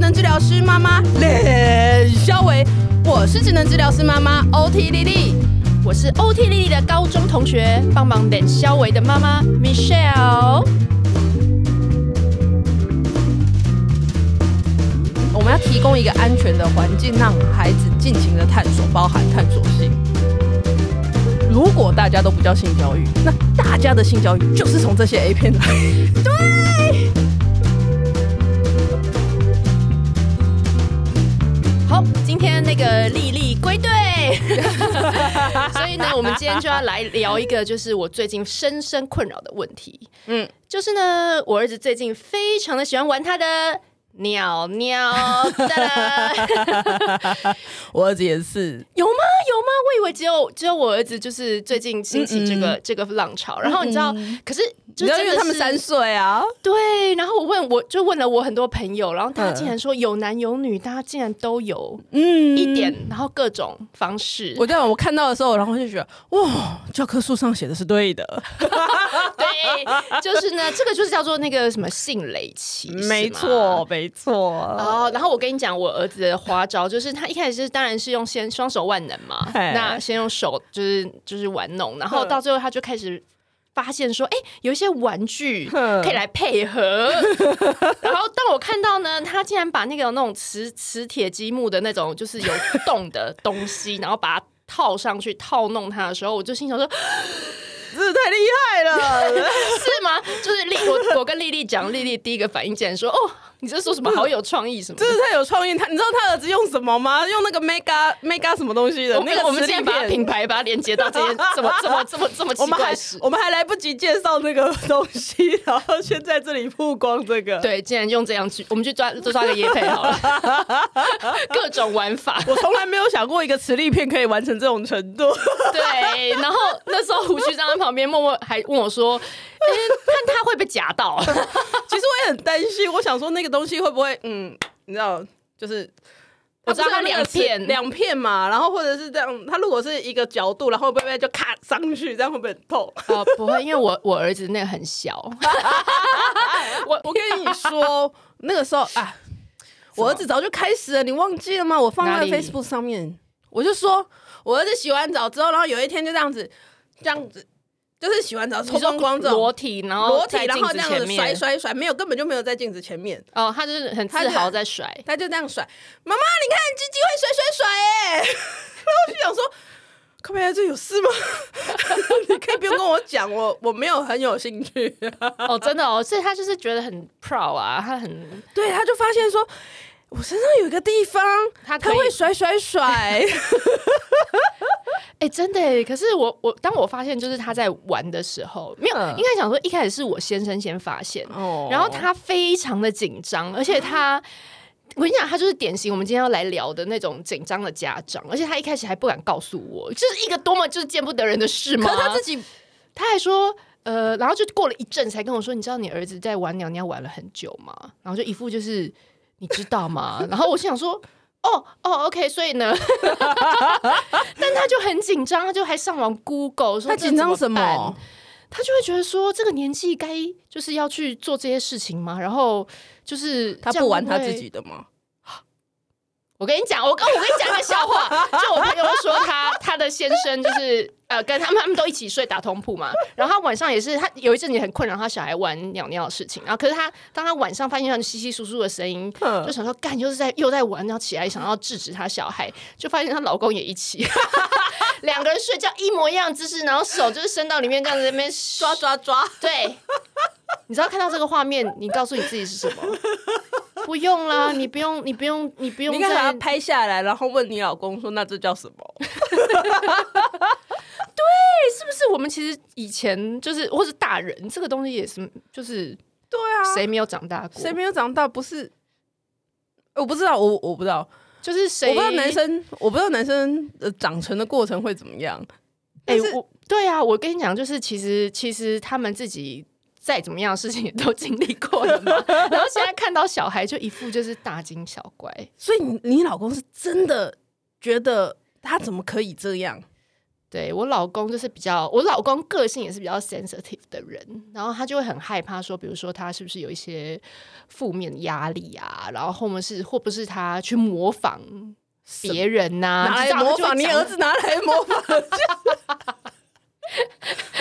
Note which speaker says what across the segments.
Speaker 1: 能治疗师妈妈冷肖维，我是职能治疗师妈妈 OT 丽丽。
Speaker 2: 我是 OT 丽丽的高中同学，帮忙脸肖维的妈妈 Michelle。
Speaker 1: 我们要提供一个安全的环境，让孩子尽情的探索，包含探索性。如果大家都不叫性教育，那大家的性教育就是从这些 A 片来。
Speaker 2: 好，今天那个丽丽归队， 所以呢，我们今天就要来聊一个，就是我最近深深困扰的问题。
Speaker 1: 嗯，
Speaker 2: 就是呢，我儿子最近非常的喜欢玩他的鸟 鸟，哒哒
Speaker 1: 我儿子也是，
Speaker 2: 有吗？有吗？我以为只有只有我儿子，就是最近兴起这
Speaker 1: 嗯
Speaker 2: 个、这个浪潮。然后你知道，可是
Speaker 1: 你
Speaker 2: 就
Speaker 1: 知道，
Speaker 2: 真
Speaker 1: 因
Speaker 2: 的
Speaker 1: 为他们
Speaker 2: 是
Speaker 1: 三岁啊，
Speaker 2: 对，然后我问我就问了我很多朋友，然后大家
Speaker 1: 嗯
Speaker 2: 竟然说有男有女，大家竟然都有
Speaker 1: 嗯
Speaker 2: 一点，然后各种方式。
Speaker 1: 我对我看到的时候，然后就觉得，哇，教科书上写的是对的，
Speaker 2: 对，就是呢，这个就是叫做那个什么性蕾歧视嘛，
Speaker 1: 没错。
Speaker 2: 哦，然后我跟你讲，我儿子的花招就是他一开始是当然是用先双手万能嘛，
Speaker 1: 嘿
Speaker 2: 那先用手就是就是玩弄，然后
Speaker 1: 哼
Speaker 2: 到最后他就开始发现说，哎、有一些玩具
Speaker 1: 哼
Speaker 2: 可以来配 合。然后当我看到呢，他竟然把那个有那种磁磁铁积木的那种就是有洞的东西，然后把它套上去套弄它的时候，我就心想说，
Speaker 1: 真是太厉害了，
Speaker 2: 是吗？就是丽，我我跟丽丽讲，丽丽第一个反应竟然说，哦，你这说什么好有创意什么的
Speaker 1: 真。是太有创意。他，你知道他儿子用什么吗？用那个 mega mega 什么东西的？
Speaker 2: 我们
Speaker 1: 那个
Speaker 2: 我们
Speaker 1: 磁
Speaker 2: 今
Speaker 1: 力
Speaker 2: 天把它
Speaker 1: 片
Speaker 2: 品牌把它连接到 这些这么这么这么这么
Speaker 1: 我
Speaker 2: 奇
Speaker 1: 们
Speaker 2: 怪
Speaker 1: 还
Speaker 2: 的事。
Speaker 1: 我们还来不及介绍那个东西，然后先在这里曝光这个。，
Speaker 2: 对，竟然用这样去，我们去抓就抓个叶配好了， 各种玩法。
Speaker 1: 我从来没有想过一个磁力片可以完成这种程度。
Speaker 2: 对，然后那时候胡须章在旁边默默还问我说：“哎、看他会被夹到。
Speaker 1: 其实我也很担心，我想说那个东西会不会，嗯，你知道，就是”
Speaker 2: 我知道他
Speaker 1: 啊不是
Speaker 2: 两片，
Speaker 1: 两片嘛，然后或者是这样，它如果是一个角度，然后会不会就卡上去，这样会不会很痛？
Speaker 2: 哦，不会，因为我我儿子那个很小，我
Speaker 1: 我跟你说，那个时候啊，我儿子早就开始了，你忘记了吗？我放
Speaker 2: 哪
Speaker 1: 在
Speaker 2: 里
Speaker 1: Facebook 上面，我就说我儿子洗完澡之后，然后有一天就这样子，这样子，就是洗完澡
Speaker 2: 你
Speaker 1: 抽
Speaker 2: 说
Speaker 1: 光光这种
Speaker 2: 裸体，然后
Speaker 1: 裸体
Speaker 2: 在，
Speaker 1: 然
Speaker 2: 镜
Speaker 1: 后
Speaker 2: 子
Speaker 1: 这样
Speaker 2: 前
Speaker 1: 子
Speaker 2: 面
Speaker 1: 甩甩甩，没有根本就没有在镜子前面，
Speaker 2: 哦，他就是很
Speaker 1: 他
Speaker 2: 自
Speaker 1: 就
Speaker 2: 豪在甩，
Speaker 1: 他就这样甩。妈妈，你看鸡鸡会甩甩甩哎、 然后我就想说。康佩，这有事吗？ 你可以不用跟我讲，我我没有很有兴 趣。
Speaker 2: 哦，真的哦，所以他就是觉得很 proud 啊，他很
Speaker 1: 对，他就发现说，我身上有一个地方，
Speaker 2: 他可
Speaker 1: 他
Speaker 2: 以
Speaker 1: 会甩甩甩。
Speaker 2: 哎、真的耶！可是我我当我发现就是他在玩的时候，没有，
Speaker 1: 嗯
Speaker 2: 应该想说一开始是我先生先发现，
Speaker 1: 哦
Speaker 2: 然后他非常的紧张，而且他。我跟你讲，他就是典型我们今天要来聊的那种紧张的家长，而且他一开始还不敢告诉我，这是一个多么就是见不得人的事
Speaker 1: 可
Speaker 2: 吗？
Speaker 1: 是他自己
Speaker 2: 他还说，呃，然后就过了一阵才跟我说，你知道你儿子在玩娘娘玩了很久吗？然后就一副就是你知道吗？然后我心想说。哦哦，OK，所以呢， 但他就很紧张，他就还上网 Google 说
Speaker 1: 他
Speaker 2: 这
Speaker 1: 紧张什
Speaker 2: 怎么办
Speaker 1: 么？？
Speaker 2: 他就会觉得说这个年纪该就是要去做这些事情吗？然后就是
Speaker 1: 他
Speaker 2: 这样
Speaker 1: 不玩
Speaker 2: 会
Speaker 1: 他
Speaker 2: 会
Speaker 1: 自己的吗？
Speaker 2: 我跟你讲，我跟我跟你讲一个笑话， 就我朋友说他他的先生就是呃跟他们他们都一起睡打通铺嘛，然后他晚上也是他有一阵子也很困扰他小孩玩尿尿的事情，然后可是他当他晚上发现他稀稀疏疏的声音，
Speaker 1: 嗯
Speaker 2: 就想说干又是在又在玩，然后起来想要制止他小孩，就发现她老公也一起， 两个人睡觉一模一样的姿势，然后手就是伸到里面这样子在那边
Speaker 1: 抓抓抓！
Speaker 2: 对，你知道看到这个画面，你告诉你自己是什么？不用啦，你不用，你不用，你不
Speaker 1: 你
Speaker 2: 用
Speaker 1: 应该把
Speaker 2: 再
Speaker 1: 它拍下来，然后问你老公说：“那这叫什么
Speaker 2: 是不是我们其实以前就是或是大人这个东西也是，就是？”
Speaker 1: 对啊，
Speaker 2: 谁没有长大过？
Speaker 1: 谁没有长大？不是，我不知道，我我不知道，
Speaker 2: 就是
Speaker 1: 我
Speaker 2: 谁？
Speaker 1: 不知道男生，我不知道男生呃长成的过程会怎么样。
Speaker 2: 哎、
Speaker 1: 但是
Speaker 2: 我对啊，我跟你讲，就是其实其实他们自己。再怎么样的事情也都经历过了嘛，然后现在看到小孩就一副就是大惊小怪，
Speaker 1: 所以你你老公是真的觉得他怎么可以这样？
Speaker 2: 对我老公就是比较，我老公个性也是比较 sensitive 的人，然后他就会很害怕说，比如说他是不是有一些负面压力啊，然后或者是或不是他去模仿别人呐、
Speaker 1: 拿来
Speaker 2: 知道
Speaker 1: 模
Speaker 2: 他就会
Speaker 1: 啊仿你
Speaker 2: 讲
Speaker 1: 儿子，拿来模仿，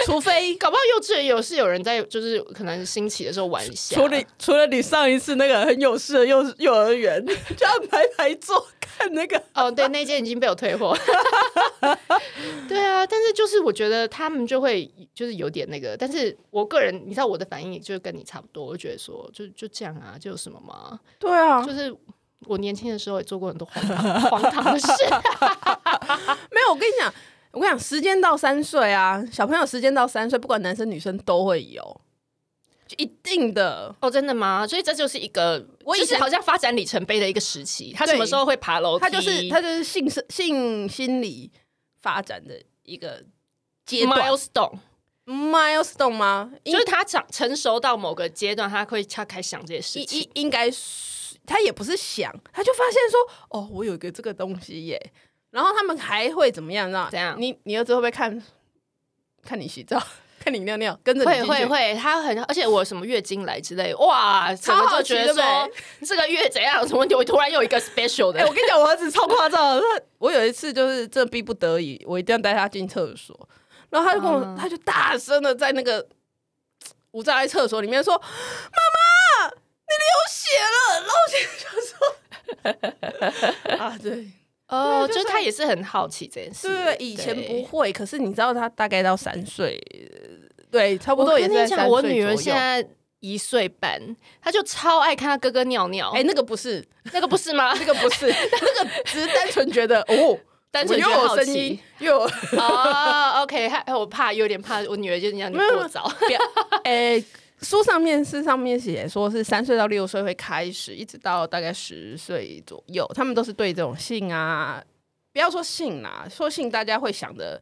Speaker 1: 除非
Speaker 2: 搞不好幼稚园有是有人在，就是可能兴起的时候玩一下，
Speaker 1: 除了除了你上一次那个很有事的幼幼儿 园，就要排排坐看那个，
Speaker 2: 哦，对，那件已经被我 退货。对啊，但是就是我觉得他们就会就是有点那个，但是我个人，你知道我的反应也就跟你差不多，我就觉得说就就这样啊，就有什么嘛，
Speaker 1: 对啊
Speaker 2: 就是。我年轻的时候也做过很多荒唐荒唐 的事，
Speaker 1: 没有，我跟你讲，我跟你讲，时间到三岁啊，小朋友时间到三岁，不管男生女生都会有，就一定的。
Speaker 2: 哦，真的吗？所以这就是一个，
Speaker 1: 我以
Speaker 2: 就是
Speaker 1: 前
Speaker 2: 好像发展里程碑的一个时期。他
Speaker 1: 对
Speaker 2: 什么时候会爬楼梯？
Speaker 1: 他就是他就是性生性心理发展的一个阶段
Speaker 2: milestone，
Speaker 1: milestone 吗？应
Speaker 2: 就是他长成熟到某个阶段，他会他开始想这些事
Speaker 1: 应
Speaker 2: 情。
Speaker 1: 应应该是他也不是想，他就发现说，哦，我有一个这个东西耶。然后他们还会怎么样？你知道吗
Speaker 2: 怎样
Speaker 1: 你你儿子会不会看看你洗澡， 看你尿尿，跟着你
Speaker 2: 会
Speaker 1: 进去
Speaker 2: 会会，他很，而且我什么月经来之类，哇，整个
Speaker 1: 超好
Speaker 2: 就
Speaker 1: 奇
Speaker 2: 觉得
Speaker 1: 对
Speaker 2: 说
Speaker 1: 不
Speaker 2: 这个月怎样有什么问题，我突然又有一个 special
Speaker 1: 哎、
Speaker 2: 的
Speaker 1: 我，跟你讲，我儿子超夸张的。他 我有一次就是这逼不得已，我一定要带他进厕所，然后他就跟我，
Speaker 2: 嗯
Speaker 1: 他就大声的在那个无障碍厕所里面说：“妈妈，你流血了。”然后我心里 就说：“啊，对，
Speaker 2: 哦，就是他也是很好奇这件事。
Speaker 1: 对，以前不会，可是你知道他大概到三岁，呃对，差不
Speaker 2: 我
Speaker 1: 多也
Speaker 2: 跟
Speaker 1: 是在
Speaker 2: 你
Speaker 1: 三
Speaker 2: 讲，
Speaker 1: 岁
Speaker 2: 我女儿
Speaker 1: 左右
Speaker 2: 现。在一岁半，她就超爱看她哥哥尿尿。
Speaker 1: 哎、
Speaker 2: 哎，
Speaker 1: 那个不是，
Speaker 2: 那个不 是吗？
Speaker 1: 那个不是， 那个只是单纯觉得哦，
Speaker 2: 单纯
Speaker 1: 我
Speaker 2: 觉得
Speaker 1: 又
Speaker 2: 好
Speaker 1: 有声音
Speaker 2: 奇。，
Speaker 1: 又有
Speaker 2: 哦，OK，还我怕有点怕，我女儿就这样就
Speaker 1: 没有
Speaker 2: 过 早。
Speaker 1: 诶、书上面是上面写说是三岁到六岁会开始，一直到大概十岁左右，他们都是对这种性啊，不要说性啦，说性大家会想的，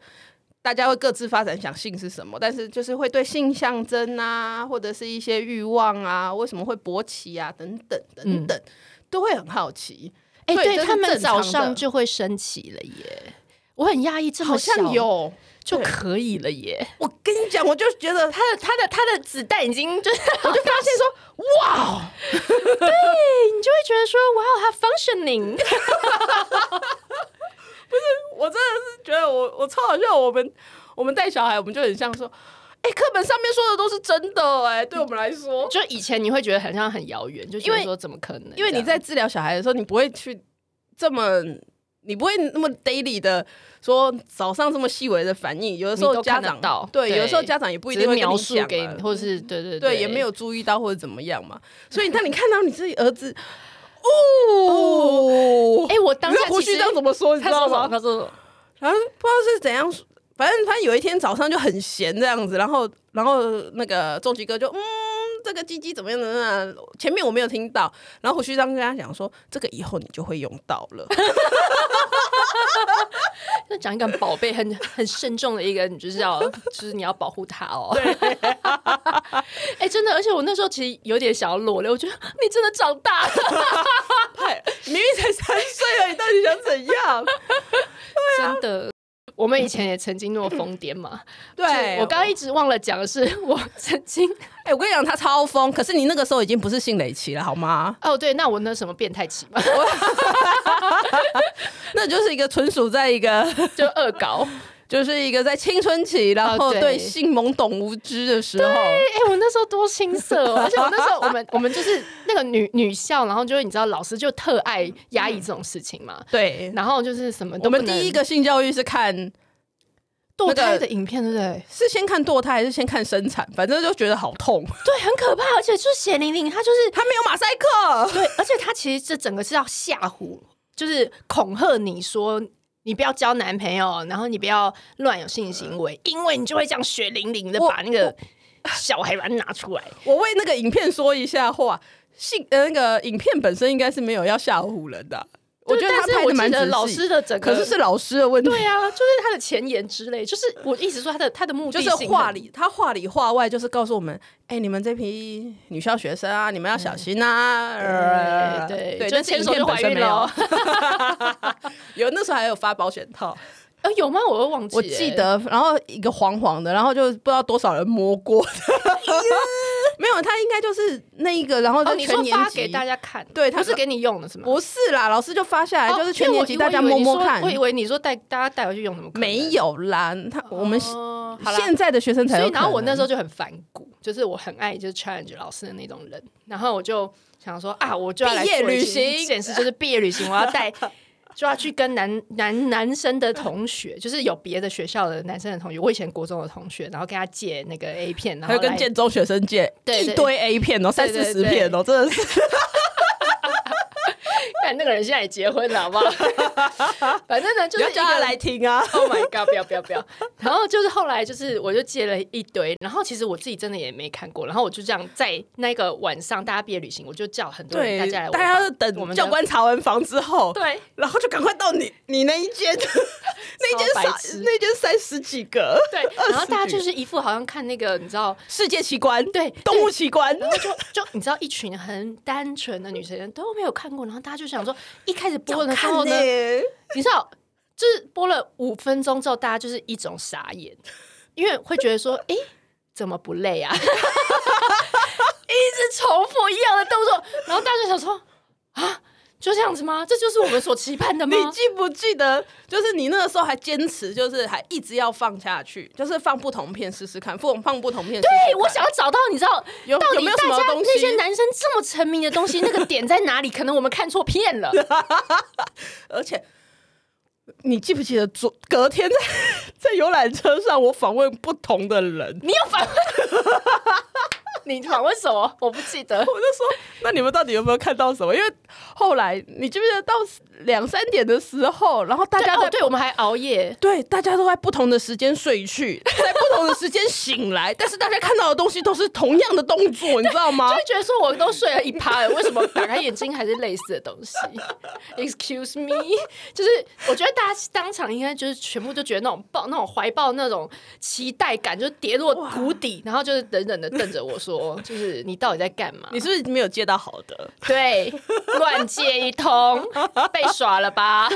Speaker 1: 大家会各自发展想性是什么，但是就是会对性象征啊，或者是一些欲望啊，为什么会勃起啊，等等等
Speaker 2: 嗯
Speaker 1: 等，都会很好奇。
Speaker 2: 哎，
Speaker 1: 对这
Speaker 2: 对
Speaker 1: 是
Speaker 2: 他们
Speaker 1: 正常
Speaker 2: 早
Speaker 1: 的
Speaker 2: 上就会升旗了耶，我很压抑，这么
Speaker 1: 好像
Speaker 2: 小
Speaker 1: 有，
Speaker 2: 就
Speaker 1: 对
Speaker 2: 可以了耶。
Speaker 1: 我跟你讲，我就觉得他
Speaker 2: 他的他的他的子弹已经就是， 我就发现说，
Speaker 1: 哇，哦
Speaker 2: 你就会觉得说，哇，他 functioning，
Speaker 1: 我真的是觉得我我超好笑，我们我们带小孩，我们就很像说，哎、课本上面说的都是真的、哎，对我们来说，
Speaker 2: 就以前你会觉得很像很遥远，就觉
Speaker 1: 因
Speaker 2: 得
Speaker 1: 为
Speaker 2: 说怎么可能？
Speaker 1: 因为你在治疗小孩的时候，你不会去这么。你不会那么 daily 的说早上这么细微的反应，有的时
Speaker 2: 你
Speaker 1: 候
Speaker 2: 都
Speaker 1: 家
Speaker 2: 看得
Speaker 1: 长
Speaker 2: 到
Speaker 1: 对，
Speaker 2: 对
Speaker 1: 有的时候家长也不
Speaker 2: 不
Speaker 1: 一定会跟
Speaker 2: 描
Speaker 1: 你
Speaker 2: 述
Speaker 1: 讲啊
Speaker 2: 给你，或是对对
Speaker 1: 对，也没有注意到或者怎么样 嘛。所以你看，你看到你自己儿子，哦，
Speaker 2: 哎，我当
Speaker 1: 你知
Speaker 2: 下
Speaker 1: 道胡
Speaker 2: 其
Speaker 1: 须
Speaker 2: 实
Speaker 1: 章怎么说，你
Speaker 2: 他
Speaker 1: 知道
Speaker 2: 说什
Speaker 1: 吗
Speaker 2: 么？？他说什么
Speaker 1: 然后不知道是怎样，反正反正有一天早上就很闲这样子，然后然后那个重吉哥就嗯，这个鸡鸡怎么样怎么样？前面我没有听到，然后胡须章跟他讲说，这个以后你就会用到 了。
Speaker 2: 那讲一个宝贝很很慎重的一个，你就是要就是你要保护他哦。对， 哎、真的，而且我那时候其实有点想要裸泪，我觉得你真的长大了，
Speaker 1: 哎，明明才三岁而已，到底想怎 样？啊
Speaker 2: 真的。我们以前也曾经那么疯癫嘛，
Speaker 1: 对
Speaker 2: 我刚刚一直忘了讲的是， 我曾经？
Speaker 1: 哎、我跟你讲，他超疯，可是你那个时候已经不是性蕾期了，好吗
Speaker 2: 哦，对，那我那什么变态期嘛，
Speaker 1: 那就是一个纯属在一个，
Speaker 2: 就恶搞。
Speaker 1: 就是一个在青春期，然后
Speaker 2: 哦对
Speaker 1: 对性懵懂无知的时候，
Speaker 2: 哎、哎我那时候多青涩哦，而且我那时候我们我们就是那个女女校，然后就是你知道老师就特爱压抑这种事情嘛，
Speaker 1: 对。
Speaker 2: 然后就是什么都
Speaker 1: 我们
Speaker 2: 不能
Speaker 1: 第一个性教育是看
Speaker 2: 堕胎
Speaker 1: 那个
Speaker 2: 的影片，对不对？
Speaker 1: 是先看堕胎还是先看生产，反正就觉得好痛。
Speaker 2: 对，很可怕，而且就是血淋淋，他就是
Speaker 1: 他没有马赛克，
Speaker 2: 对，而且他其实这整个是要吓唬，就是恐吓你说你不要交男朋友，然后你不要乱有性行为，因为你就会这样血淋淋的
Speaker 1: 我
Speaker 2: 把那个小孩把它拿出来。
Speaker 1: 我为那个影片说一下话，性呃那个影片本身应该是没有要吓唬人的啊，我觉得
Speaker 2: 但
Speaker 1: 他
Speaker 2: 是
Speaker 1: 拍
Speaker 2: 我
Speaker 1: 的
Speaker 2: 记
Speaker 1: 蛮
Speaker 2: 得
Speaker 1: 仔
Speaker 2: 老
Speaker 1: 细。
Speaker 2: 师的整个
Speaker 1: 可是是老师的问题，
Speaker 2: 对啊，就是他的前言之类，就是我一直说他的他的目的
Speaker 1: 就是话里他话里话外就是告诉我们，哎、你们这批女校学生啊，你们要小心啊。呃
Speaker 2: 嗯对对
Speaker 1: 对，
Speaker 2: 就
Speaker 1: 但是
Speaker 2: 牵
Speaker 1: 影
Speaker 2: 手
Speaker 1: 片
Speaker 2: 就
Speaker 1: 本
Speaker 2: 怀
Speaker 1: 身
Speaker 2: 孕
Speaker 1: 没有
Speaker 2: 了，
Speaker 1: 有那时候还有发保险套，
Speaker 2: 呃，有吗？我都忘记、欸哦
Speaker 1: 我记，得，然后一个黄黄的，然后就不知道多少人摸过的， 没有，他应该就是那一个，然后
Speaker 2: 哦，
Speaker 1: 就
Speaker 2: 你
Speaker 1: 全
Speaker 2: 说
Speaker 1: 年
Speaker 2: 发
Speaker 1: 级
Speaker 2: 给大家看，
Speaker 1: 对他
Speaker 2: 不是给你用的是吗？
Speaker 1: 不是啦，老师就发下来，
Speaker 2: 哦
Speaker 1: 就是全年级大家摸摸看
Speaker 2: 因为我，以为你说我以为你说带大家带回去用，怎么可能啊
Speaker 1: 没？有啦，他我们
Speaker 2: 哦好啦。
Speaker 1: 现在的学生才
Speaker 2: 所
Speaker 1: 有
Speaker 2: 以，
Speaker 1: 可能。
Speaker 2: 然后我那时候就很反骨，就是我很爱就是 challenge 老师的那种人，然后我就想说啊，我就要来
Speaker 1: 毕业
Speaker 2: 做一
Speaker 1: 旅
Speaker 2: 件
Speaker 1: 行
Speaker 2: 件事就是毕业旅行，我要带 就要去跟男男男生的同学，就是有别的学校的男生的同学，我以前国中的同学，然后跟他借那个 A 片，然
Speaker 1: 还
Speaker 2: 后
Speaker 1: 有跟
Speaker 2: 来
Speaker 1: 建州学生借
Speaker 2: 对
Speaker 1: 一
Speaker 2: 对
Speaker 1: 堆 A 片哦，三
Speaker 2: 对
Speaker 1: 四
Speaker 2: 对
Speaker 1: 十片哦，真 的是
Speaker 2: 但那个人现在也结婚了，好不好？ 反正呢，就
Speaker 1: 你要
Speaker 2: 是一
Speaker 1: 叫他
Speaker 2: 个
Speaker 1: 来听啊。
Speaker 2: Oh my god！不要不要不要！ 然后就是后来就是我就借了一堆，然后其实我自己真的也没看过，然后我就这样在那个晚上大家毕业旅行，我就叫很多人大
Speaker 1: 对，
Speaker 2: 家来我
Speaker 1: 大家
Speaker 2: 房
Speaker 1: 要
Speaker 2: 我
Speaker 1: 等
Speaker 2: 们的
Speaker 1: 教官查完房之后，
Speaker 2: 对
Speaker 1: 然后就赶快到你你那一间，那一间
Speaker 2: 白
Speaker 1: 三
Speaker 2: 痴
Speaker 1: 那一间三十几个
Speaker 2: 对， 然后大家就是一副好像看那个你知道，
Speaker 1: 世界奇观，
Speaker 2: 对
Speaker 1: 动物奇观，
Speaker 2: 然后就就你知道一群很单纯的女生都没有看过，然后大家就想说一开始播了之后呢，
Speaker 1: 嘞
Speaker 2: 你知道，就是播了五分钟之后，大家就是一种傻眼，因为会觉得说，诶，怎么不累啊？一 直重复一样的动作，然后大家就想说，啊，就这样子吗？这就是我们所期盼的吗？
Speaker 1: 你记不记得？就是你那个时候还坚持，就是还一直要放下去，就是放不同片试试看，放放不同片试试看。
Speaker 2: 对，我想要找到你知道
Speaker 1: 有
Speaker 2: 到
Speaker 1: 有
Speaker 2: 底
Speaker 1: 没有什
Speaker 2: 大
Speaker 1: 么
Speaker 2: 家
Speaker 1: 东西
Speaker 2: 那些男生这么沉迷的东西，那个点在哪里？可能我们看错片了。
Speaker 1: 而且你记不记得昨隔天在 在游览车上，我访问不同的人，
Speaker 2: 你有 访问？你访问什么？我不记得。
Speaker 1: 我就说，那你们到底有没有看到什么？因为后来你记不记得到两三点的时候，然后大
Speaker 2: 对
Speaker 1: 家
Speaker 2: 哦
Speaker 1: 在，
Speaker 2: 对，我们还熬夜。
Speaker 1: 对，大家都在不同的时间睡去， 在不同的时间醒来，但是大家看到的东西都是同样的动作，你知道吗
Speaker 2: 就？会觉得说我都睡了一趴了，为什么打开眼睛还是类似的东西？Excuse me，就是 我觉得大家当场应该就是全部就觉得那种抱、那种怀抱、那种期待感，就跌落谷底，然后就是冷冷的瞪着我说：“就是你到底在干嘛
Speaker 1: 你是不是没有接到好的？？”
Speaker 2: 对，乱接一通，被耍了 吧？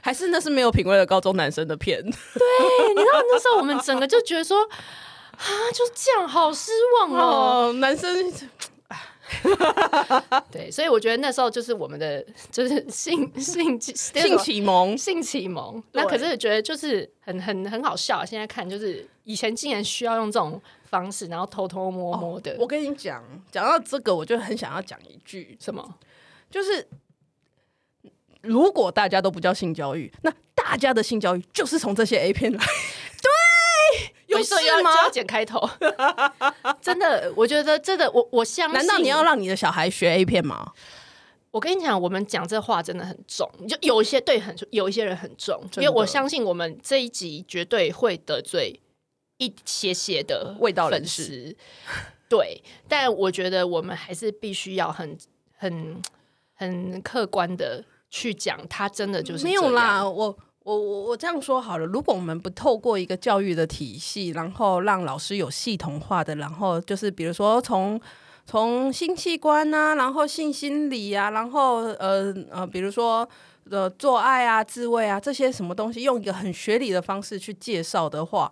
Speaker 1: 还是那是没有品味的高中男生的片？
Speaker 2: 对，你知道那时候我们整个就觉得说。啊，就这样，好失望 哦！
Speaker 1: 哦，男生
Speaker 2: 对，所以我觉得那时候就是我们的，就是性性性
Speaker 1: 性启蒙，
Speaker 2: 性启蒙，
Speaker 1: 对
Speaker 2: 那可是觉得就是很很很好笑。现在看就是以前竟然需要用这种方式，然后偷偷摸摸的，
Speaker 1: 哦我跟你讲，讲到这个，我就很想要讲一句，
Speaker 2: 什么？
Speaker 1: 就是如果大家都不叫性教育，那大家的性教育就是从这些 A 片来。 对，有
Speaker 2: 没
Speaker 1: 事
Speaker 2: 事要
Speaker 1: 吗
Speaker 2: 就？要剪开头， 真的，我觉得真的，我我相信。
Speaker 1: 难道你要？让你的小孩学 A 片吗？
Speaker 2: 我跟你讲，我们讲这话真的很重，就有一些对很有一些人很重，因
Speaker 1: 真的
Speaker 2: 为我相信我们这一集绝对会得罪一些些的
Speaker 1: 味道人
Speaker 2: 粉丝。对，但我觉得我们还是必须要很很很客观的去讲，他真的就是
Speaker 1: 没有
Speaker 2: 这样
Speaker 1: 啦，我。我我我这样说好了，如果我们不透过一个教育的体系，然后让老师有系统化的，然后就是比如说从从性器官啊，然后性心理啊，然后呃呃，比如说呃做爱啊、自慰啊这些什么东西，用一个很学理的方式去介绍的话，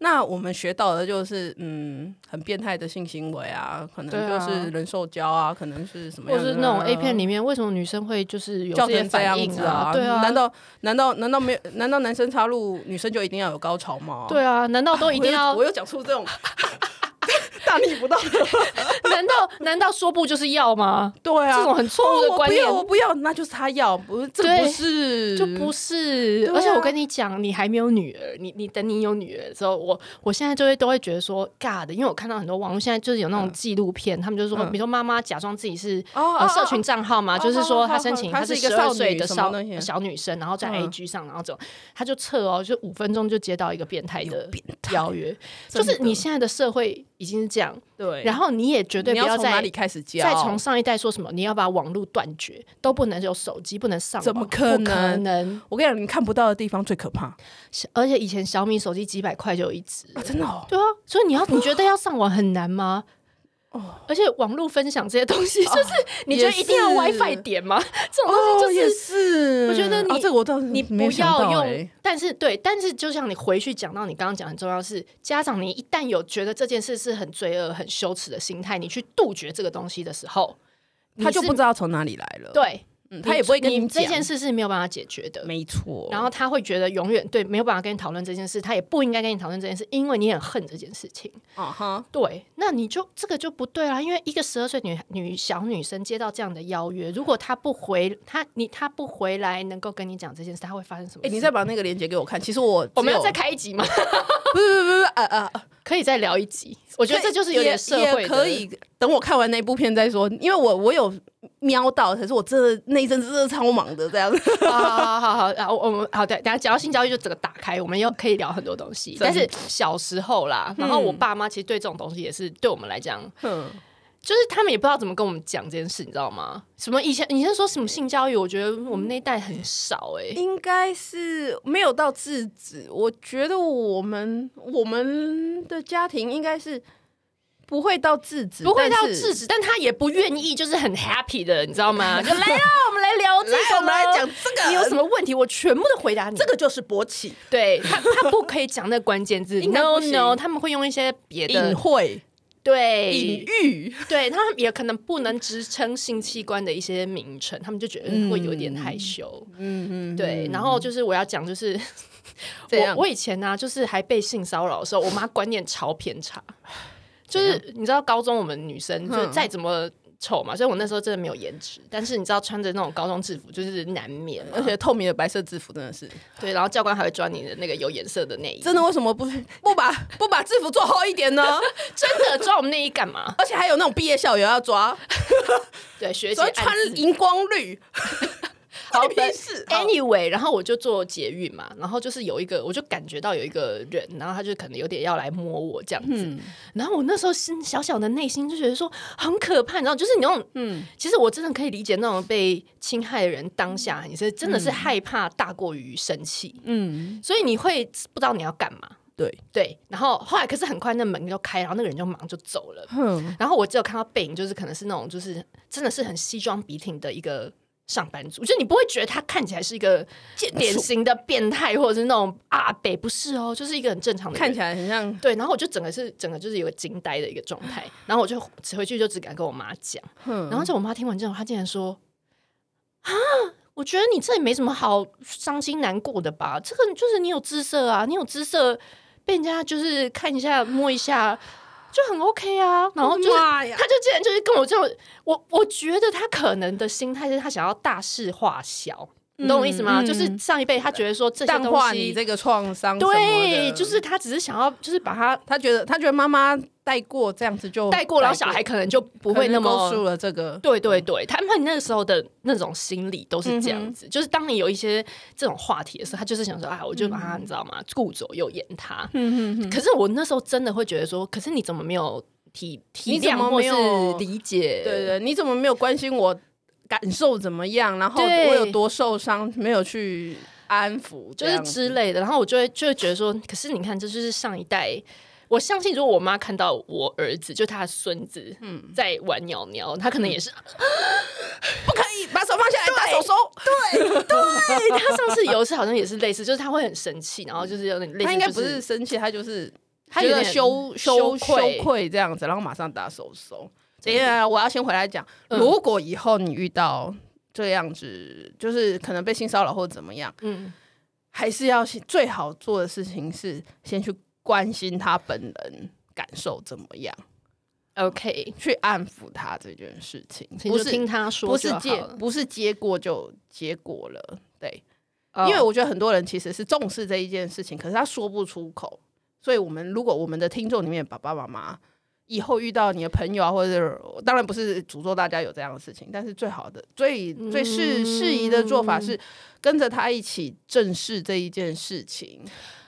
Speaker 1: 那我们学到的就是嗯很变态的性行为啊，可能
Speaker 2: 对
Speaker 1: 就
Speaker 2: 啊
Speaker 1: 是人兽交啊，可能是什么
Speaker 2: 或
Speaker 1: 样的啊，
Speaker 2: 是那种 A 片里面，为什么女生会就是有
Speaker 1: 叫
Speaker 2: 些
Speaker 1: 成这
Speaker 2: 反
Speaker 1: 样
Speaker 2: 应
Speaker 1: 子啊？
Speaker 2: 对啊，
Speaker 1: 难道难道难道没有？难道男生插入女生就一定要有高潮吗？
Speaker 2: 对啊？难道
Speaker 1: 我
Speaker 2: 都
Speaker 1: 又，
Speaker 2: 一定要
Speaker 1: 我？又讲出这种 大逆 不道的，
Speaker 2: 难道难道说不就是要吗？
Speaker 1: 对啊，
Speaker 2: 这种很错误的
Speaker 1: 哦
Speaker 2: 观念
Speaker 1: 我不要，我不要，那就是他要，不是这
Speaker 2: 对
Speaker 1: 不是
Speaker 2: 就不是，
Speaker 1: 对
Speaker 2: 而且我
Speaker 1: 啊
Speaker 2: 跟你讲，你还没有女儿，你你等你有女儿的时候，我我现在就会都会觉得说尬的，因为我看到很多网络现在就是有那种纪录片，他们就说，
Speaker 1: 嗯
Speaker 2: 比如说妈妈假装自己是
Speaker 1: 哦
Speaker 2: 呃社群账号嘛，
Speaker 1: 哦
Speaker 2: 就是说
Speaker 1: 哦
Speaker 2: 她
Speaker 1: 哦
Speaker 2: 申请
Speaker 1: 她
Speaker 2: 她
Speaker 1: 是
Speaker 2: 是
Speaker 1: 一个
Speaker 2: 十
Speaker 1: 少
Speaker 2: 二
Speaker 1: 女
Speaker 2: 岁的
Speaker 1: 什么
Speaker 2: 少
Speaker 1: 东西
Speaker 2: 小女生，然后在
Speaker 1: 嗯
Speaker 2: IG 上，然后走，她就测哦，就五分钟就接到一个变态的邀约，就
Speaker 1: 真的
Speaker 2: 是你现在的社会已经是这样，
Speaker 1: 对。后
Speaker 2: 然后你也绝对
Speaker 1: 你
Speaker 2: 不
Speaker 1: 要从哪
Speaker 2: 再
Speaker 1: 里。开始教？
Speaker 2: 再从上一代说什么，你要把网络断绝，都不能有手机，不能上网，
Speaker 1: 怎么可
Speaker 2: 不
Speaker 1: 能
Speaker 2: 能
Speaker 1: 我跟你讲，你看不到的地方最可怕
Speaker 2: 而且以前小米手机几百块就有一只，
Speaker 1: 啊！真的哦，
Speaker 2: 对啊，所以你要你觉得要上网很难吗？
Speaker 1: 哦
Speaker 2: 而且网络分享这些东西，就是你觉得
Speaker 1: 也
Speaker 2: 一定要
Speaker 1: 是
Speaker 2: WiFi 点吗？这种东西
Speaker 1: 哦也
Speaker 2: 哦就是
Speaker 1: 是，
Speaker 2: 我觉得
Speaker 1: 啊
Speaker 2: 你
Speaker 1: 这个我倒是
Speaker 2: 你不
Speaker 1: 没有想
Speaker 2: 要
Speaker 1: 到
Speaker 2: 用，
Speaker 1: 欸
Speaker 2: 但是对，但是就像你回去讲到你刚刚讲很重要是，家长你一旦有觉得这件事是很罪恶、很羞耻的心态，你去杜绝这个东西的时候，
Speaker 1: 他就
Speaker 2: 你
Speaker 1: 不
Speaker 2: 是
Speaker 1: 知道从哪里来了，
Speaker 2: 对，
Speaker 1: 嗯，他也不会跟
Speaker 2: 你
Speaker 1: 讲
Speaker 2: 这件，事是没有办法解决的。
Speaker 1: 没错。
Speaker 2: 然后他会觉得永远对没有办法跟你讨论这件事，他也不应该跟你讨论这件事，因为你很恨这件事情。
Speaker 1: 啊哈，
Speaker 2: 对，那你就这个就不对啦，因为一个十二岁女女小女生接到这样的邀约，如果她不回，她你她不回来，能够跟你讲这件事，她会发生什么
Speaker 1: 哎，
Speaker 2: 事？
Speaker 1: 你再把那个链接给我看。其实我
Speaker 2: 我们要
Speaker 1: 只有
Speaker 2: 再开一集吗？
Speaker 1: 不是不是不是呃呃，
Speaker 2: 可以再聊一集，我
Speaker 1: 我
Speaker 2: 觉得这就是有点社会的
Speaker 1: 可 以等我看完那部片再说，因为我我有瞄到，可是我真的那一阵子真的超忙的这样。
Speaker 2: 好好好好好，然后我们好对，等下讲到性教育就整个打开，我们又可以聊很多东西。
Speaker 1: 真
Speaker 2: 但
Speaker 1: 的
Speaker 2: 是小时候啦，然后我爸妈其实对这种东西也是对我们来讲，
Speaker 1: 嗯，
Speaker 2: 就是他们也不知道怎么跟我们讲这件事，你知道吗？什么以前以前说什么性教育，我觉得我们那一代很少哎、
Speaker 1: 应该是没有到制止。我觉得我们我们的家庭应该是不会到制止，
Speaker 2: 不会到
Speaker 1: 但是
Speaker 2: 制止，但他也不愿意，就是很 happy 的，你知 道吗？就来啊，我们来聊这个，
Speaker 1: 来，我们来讲，这个，
Speaker 2: 你有什么问题，我全部都回答你。
Speaker 1: 这个就是勃起
Speaker 2: 对他，他不可以讲那个关键字
Speaker 1: 应该不
Speaker 2: ，no
Speaker 1: 行
Speaker 2: no，他们会用一些别
Speaker 1: 隐
Speaker 2: 的，
Speaker 1: 晦、隐
Speaker 2: 对
Speaker 1: 喻，
Speaker 2: 对，他们也可能不能支撑性器官的一些名称，他们就觉得
Speaker 1: 嗯
Speaker 2: 会有点害羞，
Speaker 1: 嗯嗯，
Speaker 2: 对。然后就是我要讲，就是
Speaker 1: 这
Speaker 2: 我
Speaker 1: 样
Speaker 2: 我以前呢、就是还被性骚扰的时候，我妈观念超偏差，就是你知道高中我们女生就是
Speaker 1: 嗯
Speaker 2: 再怎么。丑嘛，所以我那时候真的没有颜值，但是你知道穿着那种高中制服就是难免嘛
Speaker 1: 而，且透明的白色制服真的是，
Speaker 2: 对，然后教官还会抓你的那个有颜色的内衣，
Speaker 1: 真的为什么不不把不把制服做厚一点 呢？
Speaker 2: 真的抓我们内衣干嘛？
Speaker 1: 而且还有那种毕业校友要抓，
Speaker 2: 对，学姐
Speaker 1: 所以穿
Speaker 2: 暗自
Speaker 1: 荧光绿，
Speaker 2: 好
Speaker 1: 关
Speaker 2: 本
Speaker 1: 哎你屁事好
Speaker 2: Anyway，然后我就做捷运嘛，然后就是有一个，我就感觉到有一个人，然后他就可能有点要来摸我这样子，
Speaker 1: 嗯
Speaker 2: 然后我那时候心小小的内心就觉得说很可怕，你知道，就是你那种，嗯，其实我真的可以理解那种被侵害的人当下，你是真的是害怕大过于生气，
Speaker 1: 嗯，
Speaker 2: 所以你会不知道你要干嘛。
Speaker 1: 对，
Speaker 2: 对，然后后来可是很快那门就开，然后那个人就忙就走了。
Speaker 1: 哼，
Speaker 2: 然后我只有看到背影，就是可能是那种就是真的是很西装笔挺的一个上班族，就你不会觉得他看起来是一个典型的变态或者是那种阿北，不是哦，就是一个很正常的人
Speaker 1: 看起来很像
Speaker 2: 对，然后我就整个是整个就是有个惊呆的一个状态，然后我就回去就只敢跟我妈讲，
Speaker 1: 哼
Speaker 2: 然后就我妈听完之后，她竟然说啊。我觉得你这也没什么好伤心难过的吧？这个就是你有姿色啊，你有姿色，被人家就是看一下摸一下就很 OK 啊。然后就是
Speaker 1: 妈呀
Speaker 2: 他就竟然就是跟我这种，我我觉得他可能的心态是他想要大事化小，你懂我意思吗？
Speaker 1: 嗯
Speaker 2: 就是上一辈他觉得说这些
Speaker 1: 淡
Speaker 2: 东
Speaker 1: 化
Speaker 2: 西
Speaker 1: 你，这个创伤什么的，
Speaker 2: 对，就是他只是想要就是把它
Speaker 1: 他觉得他觉得妈妈带过这样子就
Speaker 2: 带过，然后小孩可能就不
Speaker 1: 不
Speaker 2: 会那
Speaker 1: 输
Speaker 2: 么。
Speaker 1: 了这个，
Speaker 2: 对对对，他们那时候的那种心理都是这样
Speaker 1: 嗯
Speaker 2: 子，就是当你有一些这种话题的时候，他就是想说啊，我就把他、你知道吗，顾左右言他。
Speaker 1: 嗯嗯
Speaker 2: 可是我那时候真的会觉得说，可是你怎么没有体体
Speaker 1: 你怎
Speaker 2: 谅
Speaker 1: 么
Speaker 2: 或
Speaker 1: 没有
Speaker 2: 是理解？
Speaker 1: 对对，你怎么没有关心我感受怎么样？然后我
Speaker 2: 对
Speaker 1: 有多受伤，没有去安抚，
Speaker 2: 就
Speaker 1: 这
Speaker 2: 是
Speaker 1: 样
Speaker 2: 之类的。然后我就会就会觉得说，可是你看，这就是上一代。我相信，如果我妈看到我儿子，就他的孙子，嗯，在玩鸟鸟，他可能也是。
Speaker 1: 嗯 不可以把手放下来，打手手。
Speaker 2: 对他哎上次有一次好像也是类似，就是他会很生气，然后就是有点类似，
Speaker 1: 他应该
Speaker 2: 就
Speaker 1: 不是生气，他就是
Speaker 2: 他
Speaker 1: 觉
Speaker 2: 有
Speaker 1: 得
Speaker 2: 点
Speaker 1: 羞
Speaker 2: 羞
Speaker 1: 羞
Speaker 2: 愧
Speaker 1: 羞愧这样子，然后马上打手手。等一下，我要先回来讲，
Speaker 2: 嗯
Speaker 1: 如果以后你遇到这样子，就是可能被性骚扰或者怎么样，
Speaker 2: 嗯，
Speaker 1: 还是要先最好做的事情是先去关心他本人感受怎么样，
Speaker 2: OK，
Speaker 1: 去安抚他这件事情，
Speaker 2: 不
Speaker 1: 不
Speaker 2: 是
Speaker 1: 是
Speaker 2: 听他说
Speaker 1: 不是
Speaker 2: 就好
Speaker 1: 接
Speaker 2: 了，
Speaker 1: 不是接过就结果了，对。
Speaker 2: 哦
Speaker 1: 因为我觉得很多人其实是重视这一件事情，可是他说不出口。所以，我们如果我们的听众里面有爸爸妈妈以后遇到你的朋友啊，或者是当然不是诅咒大家有这样的事情，但是最好的、最最适适宜的做
Speaker 2: 嗯
Speaker 1: 法是跟着他一起正视这一件事情，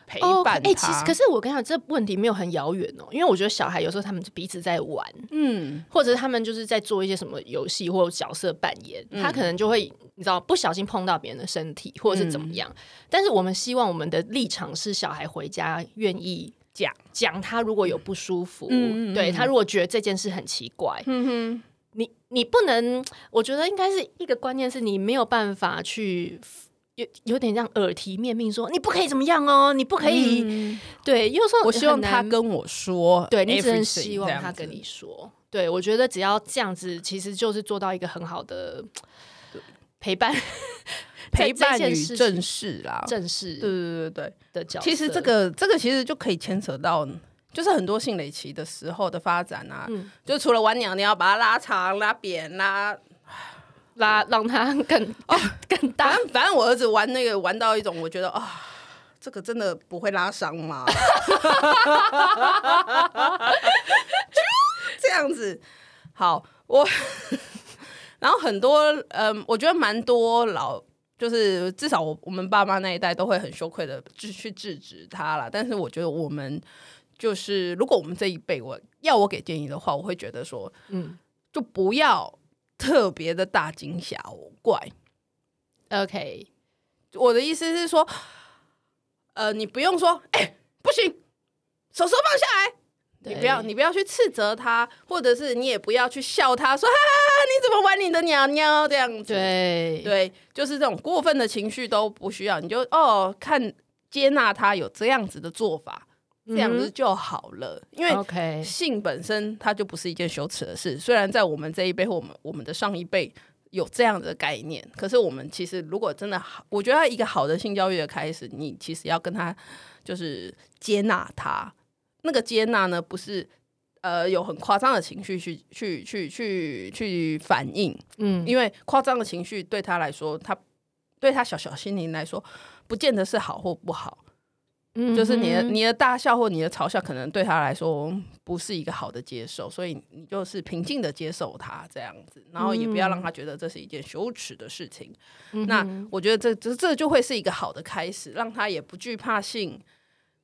Speaker 1: 陪
Speaker 2: 哦，
Speaker 1: 伴他。
Speaker 2: 哎，其实可是我跟你讲，这问题没有很遥远哦，因为我觉得小孩有时候他们彼此在玩，
Speaker 1: 嗯，
Speaker 2: 或者他们就是在做一些什么游戏或角色扮演，
Speaker 1: 嗯
Speaker 2: 他可能就会你知道不小心碰到别人的
Speaker 1: 嗯
Speaker 2: 身体或者是怎么样。但是我们希望我们的立场是小孩回家愿意讲讲他如果有不舒服，
Speaker 1: 嗯嗯嗯
Speaker 2: 对他如果觉得这件事很奇怪，
Speaker 1: 嗯
Speaker 2: 你你不能，我觉得应该是一个观念是你没有办法去。有有点像耳提面命说你不可以怎么样哦，你不可以、对。有时候
Speaker 1: 嗯我希望
Speaker 2: 很难
Speaker 1: 他跟我说，
Speaker 2: 对你只能
Speaker 1: everything
Speaker 2: 希望
Speaker 1: 这样
Speaker 2: 他
Speaker 1: 子
Speaker 2: 跟你说。对，我觉得只要这样子，其实就是做到一个很好的陪伴在
Speaker 1: 陪伴
Speaker 2: 这件
Speaker 1: 与
Speaker 2: 事
Speaker 1: 正视啦。
Speaker 2: 正
Speaker 1: 对
Speaker 2: 式
Speaker 1: 对对对
Speaker 2: 的角
Speaker 1: 对，其
Speaker 2: 色。
Speaker 1: 实这个这个其实就可以牵扯到，就是很多性蕾期的时候的发展啊，
Speaker 2: 嗯
Speaker 1: 就除了玩鸟，你要把它拉长、拉扁、拉，
Speaker 2: 拉让他更哦更
Speaker 1: 反
Speaker 2: 大，
Speaker 1: 正反正我儿子玩那个玩到一种，我觉得啊。这个真的不会拉伤吗？ 就这样子，好，我 然后很多嗯，我觉得蛮多老，就是至少我我们爸妈那一代都会很羞愧的去去制止他啦。但是我觉得我们就是，如果我们这一辈，我要我给建议的话，我会觉得说，
Speaker 2: 嗯
Speaker 1: 就不要特别的大惊小怪。
Speaker 2: ，OK，
Speaker 1: 我的意思是说，呃，你不用说，哎、不行，手手放下来。你
Speaker 2: 对
Speaker 1: 不要，你不要去斥责他，或者是你也不要去笑他，说哈哈哈，你怎么玩你的鸟鸟这样子。
Speaker 2: 对
Speaker 1: 对，就是这种过分的情绪都不需要，你就哦看接纳他有这样子的做法，这样
Speaker 2: 嗯
Speaker 1: 子就好了。因为
Speaker 2: OK，
Speaker 1: 性本身它就不是一件羞耻的事，虽然在我们这一辈或我们我们的上一辈有这样的概念，可是我们其实如果真的好，我觉得一个好的性教育的开始，你其实要跟他就是接纳他，那个接纳呢不是。呃，有很夸张的情绪去去去去去反应，
Speaker 2: 嗯，
Speaker 1: 因为夸张的情绪对他来说，他对他小小心灵来说，不见得是好或不好。就是你的
Speaker 2: 嗯哼
Speaker 1: 你的大笑或你的嘲笑，可能对他来说不是一个好的接受，所以你就是平静的接受他这样子，然后也不要让他觉得这是一件羞耻的事情。
Speaker 2: 嗯
Speaker 1: 那
Speaker 2: 哼
Speaker 1: 我觉得这这这就会是一个好的开始，让他也不惧怕性，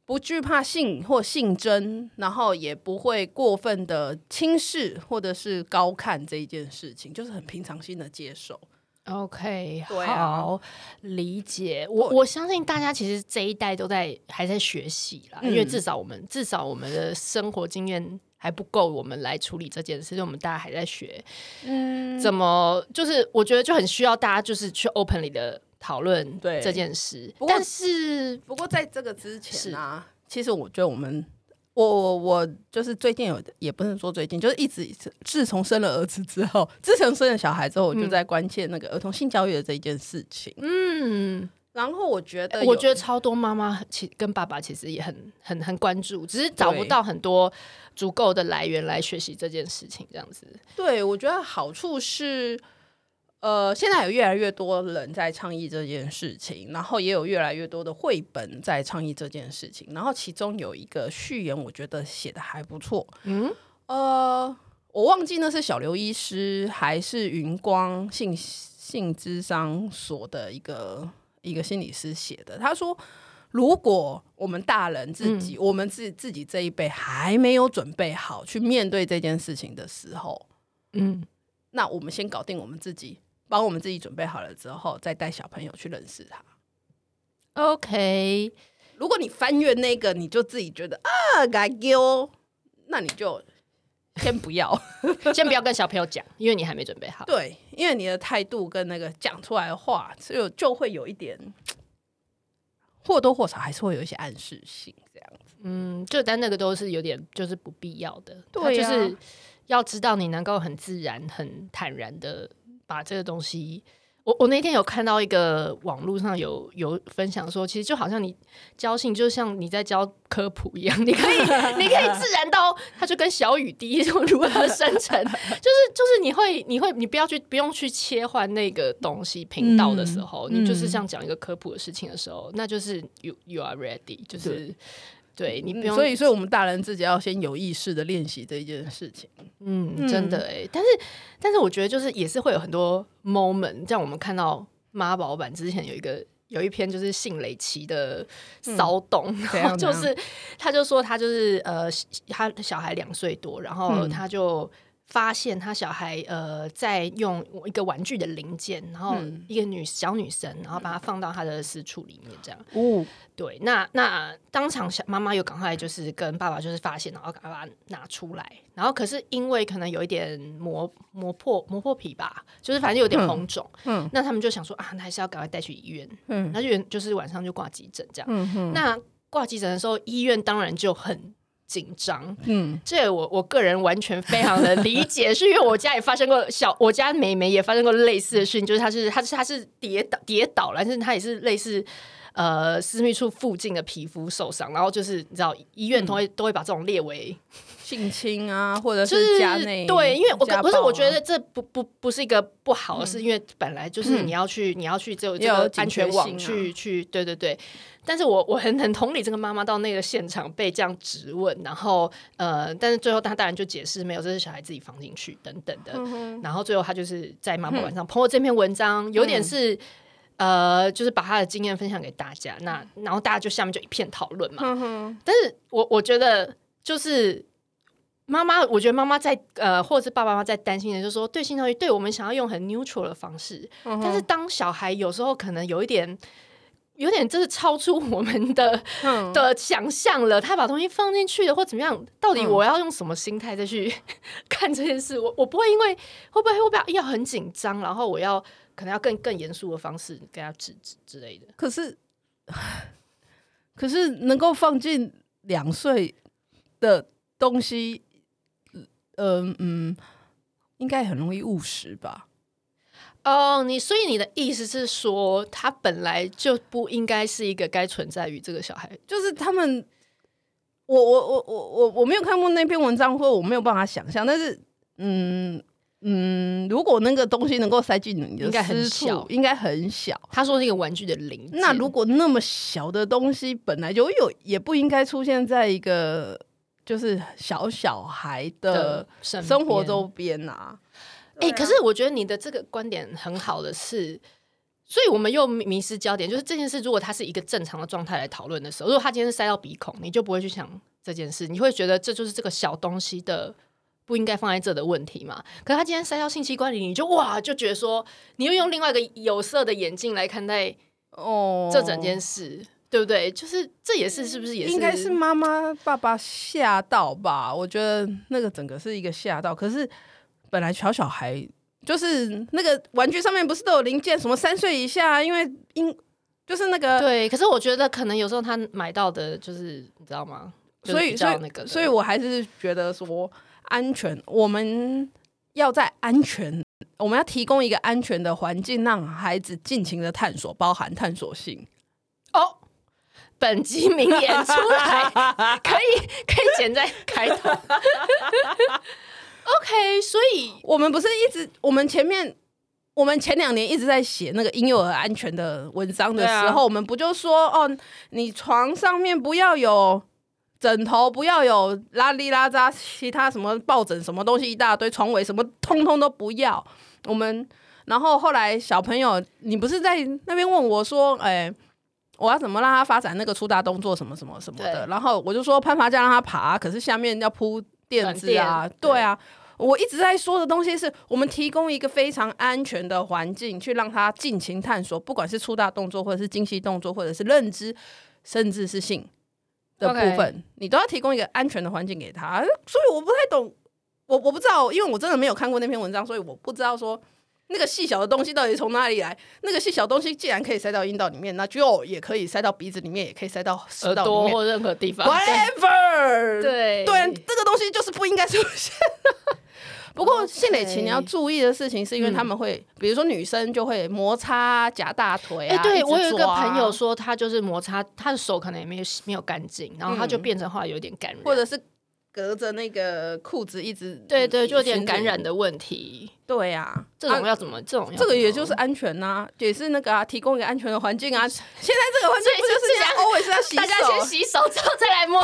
Speaker 1: 不惧怕性或性征，然后也不会过分的轻视或者是高看这一件事情，就是很平常心的接受。
Speaker 2: OK，
Speaker 1: 对啊
Speaker 2: 好理解。我
Speaker 1: 对
Speaker 2: 我相信大家其实这一代都在还在学习啦，
Speaker 1: 嗯
Speaker 2: 因为至少我们至少我们的生活经验还不够，我们来处理这件事，所以我们大家还在学
Speaker 1: 嗯，
Speaker 2: 怎么，就是我觉得就很需要大家就是去 openly 的讨论
Speaker 1: 对
Speaker 2: 这件事
Speaker 1: 不。过
Speaker 2: 但是
Speaker 1: 不过在这个之前啊，其实我觉得我们，我我我就是最近有，也不能说最近，就是一直自从生了儿子之后，自从生了小孩之后，我就在关切那个儿童性教育的这一件事情。
Speaker 2: 嗯，哎
Speaker 1: 然后我觉呃得有，
Speaker 2: 我觉得超多妈妈其跟爸爸其实也很很很关注，只是找不
Speaker 1: 对
Speaker 2: 到很多足够的来源来学习这件事情，这样子。
Speaker 1: 对，我觉得好处是，呃，现在有越来越多人在倡议这件事情，然后也有越来越多的绘本在倡议这件事情，然后其中有一个序言，我觉得写的还不错，
Speaker 2: 嗯，
Speaker 1: 呃，我忘记那是小刘医师还是云光性性智商所的一个一个心理师写的。他说，如果我们大人自己，我们自自己这一辈还没有准备好去面对这件事情的时候，
Speaker 2: 嗯
Speaker 1: 那我们先搞定我们自己，把我们自己准备好了之后，再带小朋友去认识他。
Speaker 2: ，OK，
Speaker 1: 如果你翻阅那个，你就自己觉得啊，该丢，那你就先不要。
Speaker 2: 先不要跟小朋友讲，因为你还没准备好。
Speaker 1: 对，因为你的态度跟那个讲出来的话，就就会有一点或多或少还是会有一些暗示性，这样子。
Speaker 2: 嗯，就但那个都是有点就是不必要的，
Speaker 1: 对
Speaker 2: 它就
Speaker 1: 啊
Speaker 2: 是要知道你能够很自然、很坦然的把这个东西。我我那天有看到一个网络上有有分享说，其实就好像你教性，就像你在教科普一样，你可以你可以自然到，它就跟小雨滴 一种如何生成， 就是就是你会你会你不要去不用去切换那个东西频道的时候，
Speaker 1: 嗯
Speaker 2: 你就是
Speaker 1: 嗯
Speaker 2: 像讲一个科普的事情的时候，那就是 you you are ready，就是对你不
Speaker 1: 嗯
Speaker 2: 用，
Speaker 1: 所以，所以我们大人自己要先有意识的练习这一件事 情。
Speaker 2: 嗯，
Speaker 1: 嗯
Speaker 2: 真的哎、但是但是我觉得就是也是会有很多 moment，像我们看到妈宝版之前有一个。有一篇就是性蕾奇的骚动，
Speaker 1: 怎
Speaker 2: 然后
Speaker 1: 样
Speaker 2: 就
Speaker 1: 怎样
Speaker 2: 是他就说他就是呃，他小孩两岁多，然后
Speaker 1: 嗯
Speaker 2: 他就发现他小孩呃在用一个玩具的零件，然后
Speaker 1: 嗯
Speaker 2: 一个女小女生，然后把它放到他的私处里面这样。
Speaker 1: 哦，
Speaker 2: 对，那那当场小妈妈又赶快就是跟爸爸就是发现，然后赶快把它拿出来，然后可是因为可能有一点磨磨破磨破皮吧，就是反正有点红肿，
Speaker 1: 嗯
Speaker 2: 那他们就想说啊，那还是要赶快带去医院，
Speaker 1: 嗯
Speaker 2: 那就就是晚上就挂急诊这样。
Speaker 1: 嗯哼，
Speaker 2: 那挂急诊的时候，医院当然就很紧张，
Speaker 1: 嗯
Speaker 2: 这我我个人完全非常的理解，是因为我家也发生过小，我家妹妹也发生过类似的事情，就是她是她是她是跌倒跌倒了，但是她也是类似。呃，私密处附近的皮肤受伤，然后就是你知道，医院都会、都会把这种列为
Speaker 1: 性侵啊，或者
Speaker 2: 就是
Speaker 1: 家内
Speaker 2: 对，因为我
Speaker 1: 家
Speaker 2: 不是
Speaker 1: 暴啊嗯
Speaker 2: 我觉得这不不不是一个不好的事，因为本来就是你要去、你要去这个这
Speaker 1: 要有
Speaker 2: 个
Speaker 1: 警
Speaker 2: 安全
Speaker 1: 觉
Speaker 2: 网
Speaker 1: 性啊
Speaker 2: 去、去对对对，但是我我很很同理这个妈妈到那个现场被这样质问，然后呃，但是最后她当然就解释没有，这是小孩自己放进去等等的，
Speaker 1: 嗯
Speaker 2: 然后最后她就是在妈妈晚上 po 了这篇文章，有
Speaker 1: 嗯
Speaker 2: 点是。呃，就是把她的经验分享给大家，那然后大家就下面就一片讨论
Speaker 1: 嗯
Speaker 2: 嘛。但是我我觉得就是妈妈，我觉得妈妈在呃，或者是爸爸妈妈在担心的，就是说对性教育，对我们想要用很 neutral 的方式，
Speaker 1: 嗯
Speaker 2: 但是当小孩有时候可能有一点。有点就是超出我们的、
Speaker 1: 嗯
Speaker 2: 的想象了，他把东西放进去的或怎么样，到底
Speaker 1: 嗯
Speaker 2: 我要用什么心态再去 看这件事？我我不会因为会不会会不会要很紧张，然后我要可能要更更严肃的方式跟他制止之类的。
Speaker 1: 可是，可是能够放进两岁的东西，嗯嗯，应该很容易误食吧？
Speaker 2: 哦你所以你的意思是说，他本来就不应该是一个该存在于这个小孩
Speaker 1: 就是他们，我我我我我我没有看过那篇文章，或我没有办法想象，但是嗯。嗯，如果那个东西能够塞进你的
Speaker 2: 应该很
Speaker 1: 私处
Speaker 2: 小，
Speaker 1: 应该很小。
Speaker 2: 他说是一个玩具的零件。
Speaker 1: 那如果那么小的东西本来就有，也不应该出现在一个就是小小孩的
Speaker 2: 身
Speaker 1: 生活
Speaker 2: 边
Speaker 1: 周，边啊。
Speaker 2: 哎、可是我觉得你的这个观点很好的是，所以我们又迷迷失焦点，就是这件事，如果它是一个正常的状态来讨论的时候，如果他今天是塞到鼻孔，你就不会去想这件事，你会觉得这就是这个小东西的。不应该放在这的问题嘛？可是他今天塞到性器官里，你就哇，就觉得说，你又用另外一个有色的眼镜来看待
Speaker 1: 哦，
Speaker 2: 这整件事，对不对？就是这也是是不是也是
Speaker 1: 应该是妈妈爸爸吓到吧？我觉得那个整个是一个吓到。可是本来小小孩就是那个玩具上面不是都有零件，什么三岁以下，啊因为因就是那个
Speaker 2: 对，可是我觉得可能有时候他买到的就是你知道吗？就是
Speaker 1: 所以，
Speaker 2: 比
Speaker 1: 所
Speaker 2: 较
Speaker 1: 以，
Speaker 2: 那个的，
Speaker 1: 所以我还是觉得说，安全，我们要在安全，我们要提供一个安全的环境，让孩子尽情的探索，包含探索性。
Speaker 2: 哦，本集名言出来可以可以剪在开头。OK，所以
Speaker 1: 我们不是一直，我们前面，我们前两年一直在写那个婴幼儿安全的文章的
Speaker 2: 对啊
Speaker 1: 时候，我们不就说哦，你床上面不要有。枕头不要有拉里拉扎，其他什么抱枕什么东西一大堆，床尾什么通通都不要。我们然后后来小朋友，你不是在那边问我说，哎、我要怎么让他发展那个粗大动作什么什么什么的？
Speaker 2: 对
Speaker 1: 然后我就说攀爬架让他爬，可是下面要铺垫子啊
Speaker 2: 软，垫
Speaker 1: 对啊。我一直在说的东西是我们提供一个非常安全的环境，去让他尽情探索，不管是粗大动作，或者是精细动作，或者是认知，甚至是性的部
Speaker 2: OK
Speaker 1: 分你都要提供一个安全的环境给他。所以我不太懂，我我不知道，因为我真的没有看过那篇文章，所以我不知道说那个细小的东西到底从哪里来？那个细小东西既然可以塞到阴道里面，那就也可以塞到鼻子里面，也可以塞到食
Speaker 2: 耳
Speaker 1: 道
Speaker 2: 朵
Speaker 1: 里面。
Speaker 2: 或任何地方，
Speaker 1: Whatever，
Speaker 2: 对
Speaker 1: 对，啊这个东西就是不应该出现。 不过
Speaker 2: OK 嗯
Speaker 1: 性蕾期你要注意的事情，是因为他们会，比如说女生就会摩擦夹大腿
Speaker 2: 哎、
Speaker 1: 啊。一
Speaker 2: 对
Speaker 1: 直
Speaker 2: 我有一个
Speaker 1: 抓啊
Speaker 2: 朋友，说，他就是摩擦，他的手可能也没有没有干净，然后他就变成后来有点感染，
Speaker 1: 嗯或者是隔着那个裤子一直，
Speaker 2: 对对，就有点
Speaker 1: 裙子
Speaker 2: 感染。的问题。
Speaker 1: 对呀，
Speaker 2: 这种
Speaker 1: 啊
Speaker 2: 要怎么？这种要
Speaker 1: 这个
Speaker 2: 怎么
Speaker 1: 也就是啊安全呐、也是那个啊，提供一个安全的环境 啊。现在这个环境不就是要 always 要洗手？
Speaker 2: 大家先洗手，之后再来 摸，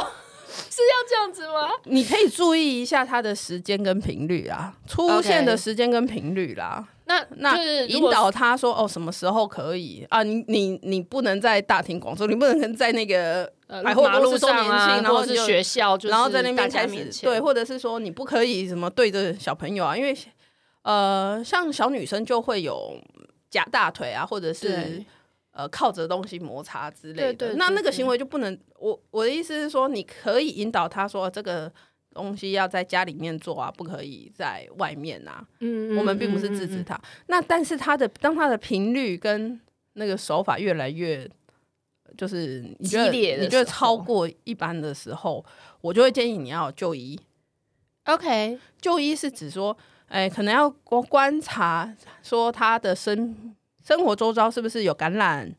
Speaker 2: 是要这样子吗？
Speaker 1: 你可以注意一下它的时间跟频率啊，出现的时间跟频率啦。
Speaker 2: 那
Speaker 1: 那
Speaker 2: 就是如
Speaker 1: 引
Speaker 2: 果
Speaker 1: 导他说哦，什么时候可以啊？你你你不能在大庭广众，你不能在那个
Speaker 2: 呃
Speaker 1: 百货
Speaker 2: 马
Speaker 1: 公
Speaker 2: 路
Speaker 1: 司周年
Speaker 2: 上啊，
Speaker 1: 庆然后
Speaker 2: 或者
Speaker 1: 你
Speaker 2: 是
Speaker 1: 就
Speaker 2: 学校，就是
Speaker 1: 然后在那
Speaker 2: 大
Speaker 1: 边
Speaker 2: 家
Speaker 1: 开
Speaker 2: 面
Speaker 1: 始
Speaker 2: 前
Speaker 1: 对，或者是说你不可以什么对着小朋友啊，因为呃，像小女生就会有夹大腿啊，或者是
Speaker 2: 对
Speaker 1: 呃靠着东西摩擦之类的。
Speaker 2: 对对
Speaker 1: 那
Speaker 2: 对
Speaker 1: 那个
Speaker 2: 对
Speaker 1: 行为就不能，我我的意思是说，你可以引导她说这个。东西要在家里面做啊，不可以在外面啊。
Speaker 2: 嗯
Speaker 1: 我们并不是制止
Speaker 2: 他，
Speaker 1: 她，那但是她的当她的频率跟那个手法越来越，就是你觉得
Speaker 2: 激烈的
Speaker 1: 你觉得
Speaker 2: 时候
Speaker 1: 超过一般的时候，我就会建议你要就医。
Speaker 2: OK，
Speaker 1: 就医是指说，哎、可能要观观察说他的生生活周遭是不是有感染，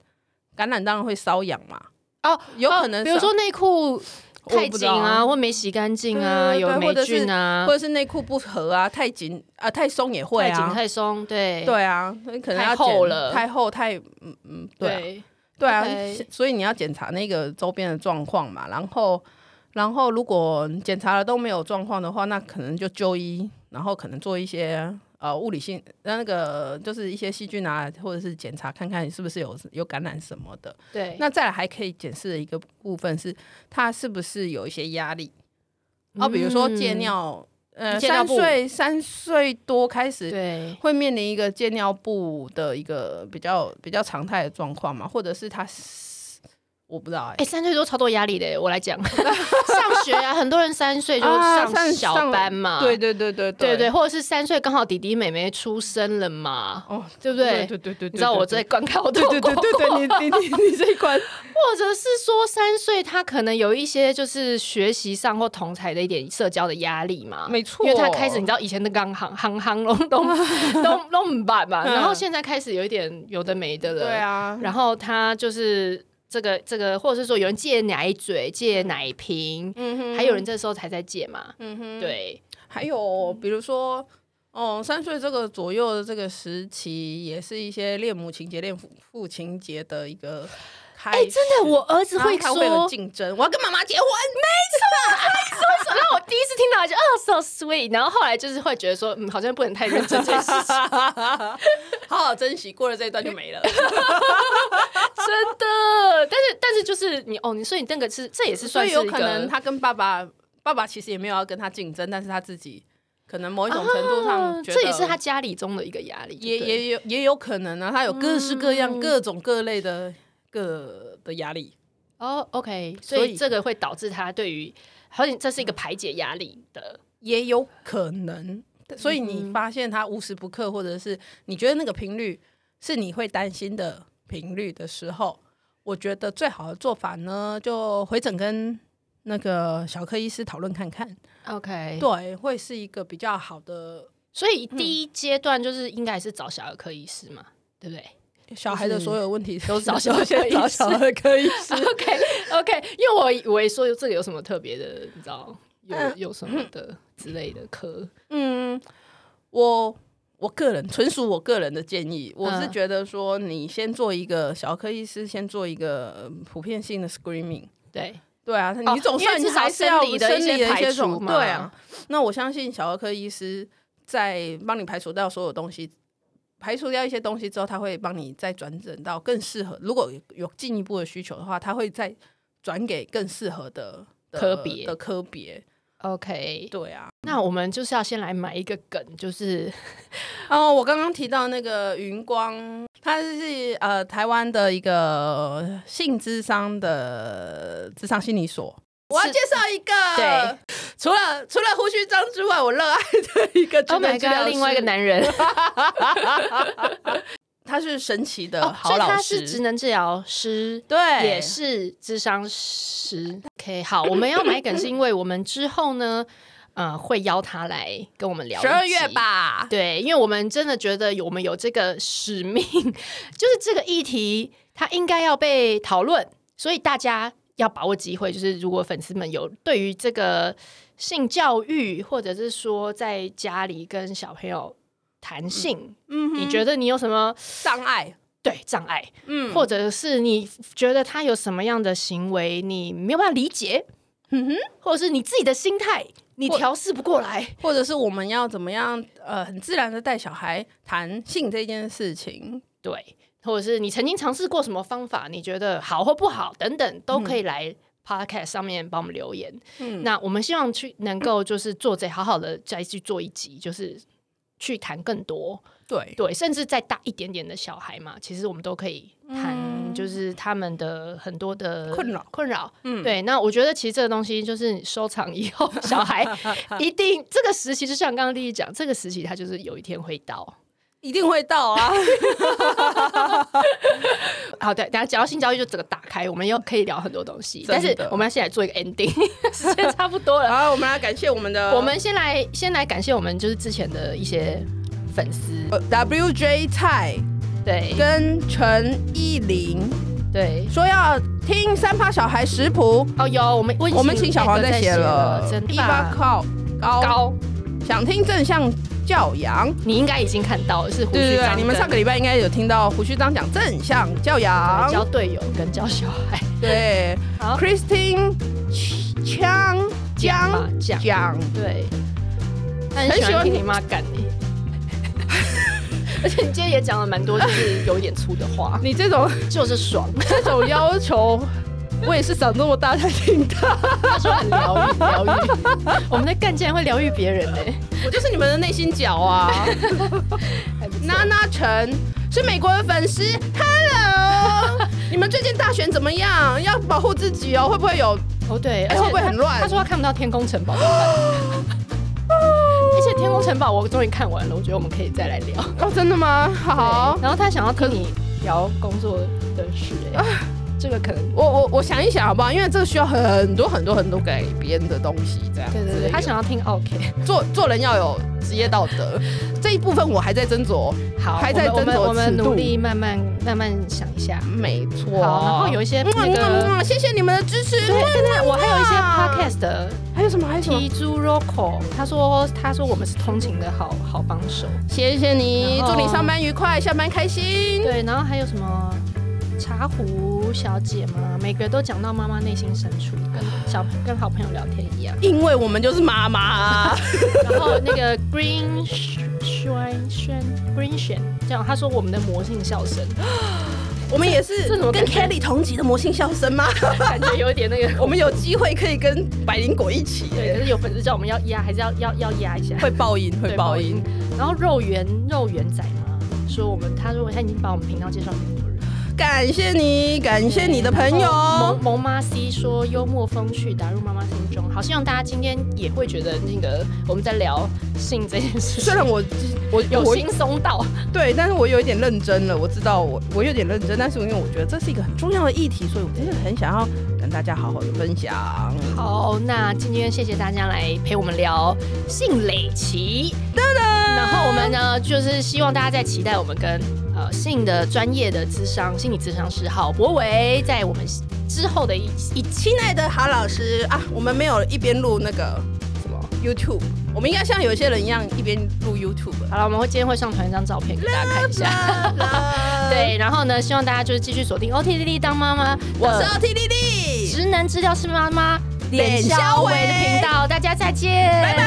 Speaker 1: 感染当然会瘙痒嘛。
Speaker 2: 哦，
Speaker 1: 有
Speaker 2: 哦
Speaker 1: 可能是啊
Speaker 2: 比如说内裤
Speaker 1: 我
Speaker 2: 太
Speaker 1: 不知
Speaker 2: 紧
Speaker 1: 道
Speaker 2: 啊，，或没洗干净啊，
Speaker 1: 对对对
Speaker 2: 有
Speaker 1: 或
Speaker 2: 霉
Speaker 1: 者是
Speaker 2: 菌啊
Speaker 1: 或，者是内裤不合啊，太紧啊，太松也会
Speaker 2: 太紧
Speaker 1: 啊。
Speaker 2: 太松，对
Speaker 1: 对啊，可能要
Speaker 2: 太厚
Speaker 1: 检
Speaker 2: 了
Speaker 1: 太厚太嗯嗯，对啊
Speaker 2: 对
Speaker 1: 对啊
Speaker 2: OK
Speaker 1: 所以你要检查那个周边的状况嘛，然后然后如果检查了都没有状况的话，那可能就就医，然后可能做一些呃物理性那个就是一些细菌啊，或者是检查看看是不是有有感染什么的。
Speaker 2: 对，
Speaker 1: 那再来还可以检视的一个部分是，它是不是有一些压力啊、比如说戒
Speaker 2: 嗯
Speaker 1: 尿，呃，
Speaker 2: 戒尿
Speaker 1: 三
Speaker 2: 布
Speaker 1: 岁三岁多开始
Speaker 2: 对
Speaker 1: 会面临一个戒尿布的一个比较比较常态的状况嘛，或者是他是我不知道哎、
Speaker 2: 哎、三岁多超多压力的耶，我来 讲，上学啊，很多人三岁就
Speaker 1: 啊上
Speaker 2: 上小班嘛，
Speaker 1: 对对对对
Speaker 2: 对对，
Speaker 1: 对，
Speaker 2: 或者是三岁刚好弟弟妹妹出生了嘛，
Speaker 1: 哦，
Speaker 2: 对不
Speaker 1: 对对
Speaker 2: 对？
Speaker 1: 对对，
Speaker 2: 你知道我在观看我都
Speaker 1: 对对对对对，
Speaker 2: 过
Speaker 1: 你你你你这一关，
Speaker 2: 或者是说三岁他可能有一些就是学习上或同才的一点社交的压力嘛，
Speaker 1: 没错
Speaker 2: 因为他开始你知道以前的刚行行行拢 拢拢拢版嘛，
Speaker 1: 嗯
Speaker 2: 然后现在开始有一点有的没的了，
Speaker 1: 对，啊，
Speaker 2: 然后他就是这个这个，或者是说有人借奶嘴、借奶瓶，
Speaker 1: 嗯哼
Speaker 2: 还有人这时候才在借嘛，
Speaker 1: 嗯哼，
Speaker 2: 对，
Speaker 1: 还有比如说。哦，三岁这个左右的这个时期，也是一些恋母情节、恋父父情节的一个开始。
Speaker 2: 哎、真的，我儿子
Speaker 1: 然后
Speaker 2: 会
Speaker 1: 他
Speaker 2: 说，
Speaker 1: 会有竞争，我要跟妈妈结婚。
Speaker 2: 然后我第一次听到就哦 so sweet，然后后来就是会觉得说，嗯，好像不能太认真这件事 情，
Speaker 1: 好好珍惜，过了这一段就没了。
Speaker 2: 真的。但是但是就是你哦，你所以你那个是这也是
Speaker 1: 所
Speaker 2: 算
Speaker 1: 以
Speaker 2: 是
Speaker 1: 有
Speaker 2: 一
Speaker 1: 可
Speaker 2: 个
Speaker 1: 能他跟爸爸，爸爸其实也没有要跟他竞争，但是他自己可能某一种程度上
Speaker 2: 嗯
Speaker 1: 觉得、
Speaker 2: 这也是他家里中的一个压力，
Speaker 1: 也
Speaker 2: 对不嗯对
Speaker 1: 也有也有可能啊，他有各式各样、各种各类的各的压力。
Speaker 2: 哦、o k
Speaker 1: 所
Speaker 2: 所
Speaker 1: 以
Speaker 2: 以这个会导致他对于好像这是一个排解压力的，
Speaker 1: 也有可能。所以
Speaker 2: 嗯
Speaker 1: 你发现他无时不刻，或者是你觉得那个频率是你会担心的频率的时候，我觉得最好的做法呢，就回诊跟那个小科医师讨论看看，
Speaker 2: OK，
Speaker 1: 对，会是一个比较好的
Speaker 2: 所以第一阶段就是应该还是找小儿科医师嘛，对不对？
Speaker 1: 小孩的所有问题都
Speaker 2: 找嗯小
Speaker 1: 先找小 儿科医 师。
Speaker 2: OK OK，因为我以为说这个有什么特别的，你知道有有什么的之类的科，
Speaker 1: 嗯，我我个人纯属我个人的建议，我是
Speaker 2: 嗯
Speaker 1: 觉得说，你先做一个小儿科医师，先做一个呃普遍性的 screening。
Speaker 2: 对，
Speaker 1: 对啊，
Speaker 2: 哦
Speaker 1: 你总
Speaker 2: 因为
Speaker 1: 算
Speaker 2: 至少
Speaker 1: 还是要
Speaker 2: 生理的一
Speaker 1: 生
Speaker 2: 些
Speaker 1: 理的一
Speaker 2: 排
Speaker 1: 些
Speaker 2: 除
Speaker 1: 种
Speaker 2: 嘛
Speaker 1: 对啊。那我相信小儿科医师在帮你排除掉所有东西，排除掉一些东西之后，他会帮你再转诊到更适合。如果有进一步的需求的话，他会再转给更适合的的
Speaker 2: 科别
Speaker 1: 的科别。
Speaker 2: OK，
Speaker 1: 对啊。
Speaker 2: 那我们就是要先来埋一个梗，就是
Speaker 1: 哦，我刚刚提到那个云光，他是呃台湾的一个性智商的智商心理所。我要
Speaker 2: 是
Speaker 1: 介绍一个，
Speaker 2: 对，
Speaker 1: 除了除了胡须章之外，我热爱的一个
Speaker 2: Oh
Speaker 1: 职
Speaker 2: my
Speaker 1: 能治疗
Speaker 2: God，
Speaker 1: 师
Speaker 2: 另外一个，男 人，
Speaker 1: 他是神奇的
Speaker 2: 哦，所
Speaker 1: 好
Speaker 2: 以
Speaker 1: 老
Speaker 2: 他
Speaker 1: 师，
Speaker 2: 是职能治疗师。
Speaker 1: 对，
Speaker 2: 也是智商师。OK，好，我们要埋梗是因为我们之后呢，呃，会邀他来跟我们聊
Speaker 1: 十二
Speaker 2: 一
Speaker 1: 月
Speaker 2: 集
Speaker 1: 吧，
Speaker 2: 对，因为我们真的觉得有我们有这个使命， 就是这个议题它应该要被讨论，所以大家要把握机会。就是如果粉丝们有对于这个性教育，或者是说在家里跟小朋友谈性，
Speaker 1: 嗯哼，
Speaker 2: 你觉得你有什么
Speaker 1: 障碍，
Speaker 2: 对障碍，
Speaker 1: 嗯，
Speaker 2: 或者是你觉得他有什么样的行为你没有办法理解，
Speaker 1: 嗯哼，
Speaker 2: 或者是你自己的心态你
Speaker 1: 或
Speaker 2: 调试不过来，
Speaker 1: 或者是我们要怎么样，呃，很自然的带小孩谈性这件事情，
Speaker 2: 对，或者是你曾经尝试过什么方法，你觉得好或不好等等，都可以来 podcast 上面帮我们留言。
Speaker 1: 嗯
Speaker 2: 那我们希望去能够就是做这好好的再去做一集，就是去谈更多，
Speaker 1: 对，
Speaker 2: 对，甚至再大一点点的小孩嘛，其实我们都可以谈，
Speaker 1: 嗯
Speaker 2: 就是他们的很多的
Speaker 1: 困扰
Speaker 2: 困扰。
Speaker 1: 嗯，
Speaker 2: 对，那我觉得其实这个东西就是你收藏以后，小孩一定这个时期，就像刚刚丽丽讲，这个时期他就是有一天会到。
Speaker 1: 一定会到啊。
Speaker 2: 好，对，等下讲到性教育就整个打开，我们又可以聊很多东西，
Speaker 1: 真
Speaker 2: 但
Speaker 1: 的
Speaker 2: 是我们要先来做一个 ending，时 间差不多 了。
Speaker 1: 好，我们来感谢我们的
Speaker 2: 我们先来先来感谢我们就是之前的一些粉丝，
Speaker 1: WJ 呃蔡
Speaker 2: 对
Speaker 1: 跟陈意玲
Speaker 2: 对，
Speaker 1: 说要听三趴小孩食谱，
Speaker 2: 哦有我们我已经
Speaker 1: 我们请小黄
Speaker 2: 那个
Speaker 1: 在
Speaker 2: 写
Speaker 1: 写了，
Speaker 2: 真的
Speaker 1: 一八
Speaker 2: 吧
Speaker 1: 靠高
Speaker 2: 高，
Speaker 1: 想听正向教养。
Speaker 2: 你应该已经看到了是胡
Speaker 1: 对
Speaker 2: 须
Speaker 1: 对对，
Speaker 2: 章，
Speaker 1: 你们上个礼拜应该有听到胡须章讲正向教养
Speaker 2: 对，教队友跟教小孩，
Speaker 1: 对
Speaker 2: 好
Speaker 1: ，Christine 枪
Speaker 2: 吧
Speaker 1: 江
Speaker 2: 讲
Speaker 1: 讲，
Speaker 2: 对，他很
Speaker 1: 很
Speaker 2: 喜
Speaker 1: 喜
Speaker 2: 欢
Speaker 1: 欢
Speaker 2: 听你妈干你， 而且你今天也讲了蛮多就是有一点粗的话，
Speaker 1: 你 这种
Speaker 2: 就是爽。
Speaker 1: 这种要求，我也是长这么大才听到，
Speaker 2: 他说很疗愈，疗愈。我们的干竟然会疗愈别人呢、
Speaker 1: 我 就是你们的内心角啊。娜娜陈是美国的粉丝，Hello，你 们最近大选怎么样？要保护自己哦，会不会有？
Speaker 2: 哦对，
Speaker 1: 哎
Speaker 2: 而且
Speaker 1: 会不会很乱
Speaker 2: 他他说他看不到天空城堡怎么办，而且天空城堡我终于看完了，我觉得我们可以再来聊。
Speaker 1: 哦，真的吗？好
Speaker 2: 对，然后他想要跟你聊工作的事、哎，这个可能。
Speaker 1: 我我我想一想好不好？因为这个需要很多很多很多改编的东西，这样
Speaker 2: 对对
Speaker 1: 之类
Speaker 2: 对，
Speaker 1: 的
Speaker 2: 他想要听 OK，
Speaker 1: 做做人要有职业道德这一部分，我还在斟酌。
Speaker 2: 好，
Speaker 1: 还在
Speaker 2: 我们
Speaker 1: 斟酌
Speaker 2: 我们我们
Speaker 1: 尺度
Speaker 2: 努力慢慢慢慢想一下。
Speaker 1: 没错，
Speaker 2: 好，然后有一些那个，
Speaker 1: 嗯，谢谢你们的支持。
Speaker 2: 对对对，我还有一些
Speaker 1: 哇
Speaker 2: podcast 的
Speaker 1: 还有什么？还有什么？
Speaker 2: 提猪 Rocco，他说他说我们是通勤的好好帮手。
Speaker 1: 谢谢你，
Speaker 2: 然后
Speaker 1: 祝你上班愉快，下班开心。。
Speaker 2: 对，然后还有什么茶壶小姐嘛，每个都讲到妈妈内心深处，跟小跟好朋友聊天一样
Speaker 1: 因为我们就是妈妈啊，
Speaker 2: 然后那个 Green Shen Shen Green Shen，这样他说我们的魔性笑声，
Speaker 1: 我们也是
Speaker 2: 这怎么
Speaker 1: 跟
Speaker 2: 感觉
Speaker 1: Kelly 同级的魔性笑声 吗？
Speaker 2: 感觉 有点那个。
Speaker 1: 我们有机会可以跟百灵果一起，
Speaker 2: 对，可是有粉丝叫我们要压，还是要要要压一下。
Speaker 1: 会爆音，
Speaker 2: 对
Speaker 1: 会爆音。。
Speaker 2: 然后肉圆肉圆仔嘛，说我们他说他已经把我们频道介绍给很多人。
Speaker 1: 感谢你，感谢你的朋
Speaker 2: 然后
Speaker 1: 友哦
Speaker 2: 萌。萌妈 C 说幽默风趣打入妈妈心中，好希望大家今天也会觉得那个我们在聊性这件事
Speaker 1: 虽
Speaker 2: 情
Speaker 1: 然我我
Speaker 2: 有
Speaker 1: 我
Speaker 2: 轻松到，
Speaker 1: 对，但是我有一点认真了。我知道我我有点认真，但是因为我觉得这是一个很重要的议题，所以我真的很想要跟大家好好的分享。
Speaker 2: 好，那今天谢谢大家来陪我们聊性蕾奇，然后我们呢就是希望大家再期待我们跟呃性的专业的智商心理智商师郝博维在我们之后的一一期
Speaker 1: 亲爱的哈老师啊，我们没有一边录那个什么 YouTube，我们应该像有些人一样一边录 YouTube。
Speaker 2: 好了，我们会今天会上传一张照片给大家看一下。对，然后呢，希望大家就是继续锁定 OT 丽丽当妈妈，
Speaker 1: 我是
Speaker 2: 呃
Speaker 1: OT 丽丽，
Speaker 2: 职能资料是妈妈
Speaker 1: 脸
Speaker 2: 肖
Speaker 1: 肖
Speaker 2: 维
Speaker 1: 维
Speaker 2: 的频道，大家再见，
Speaker 1: 拜拜。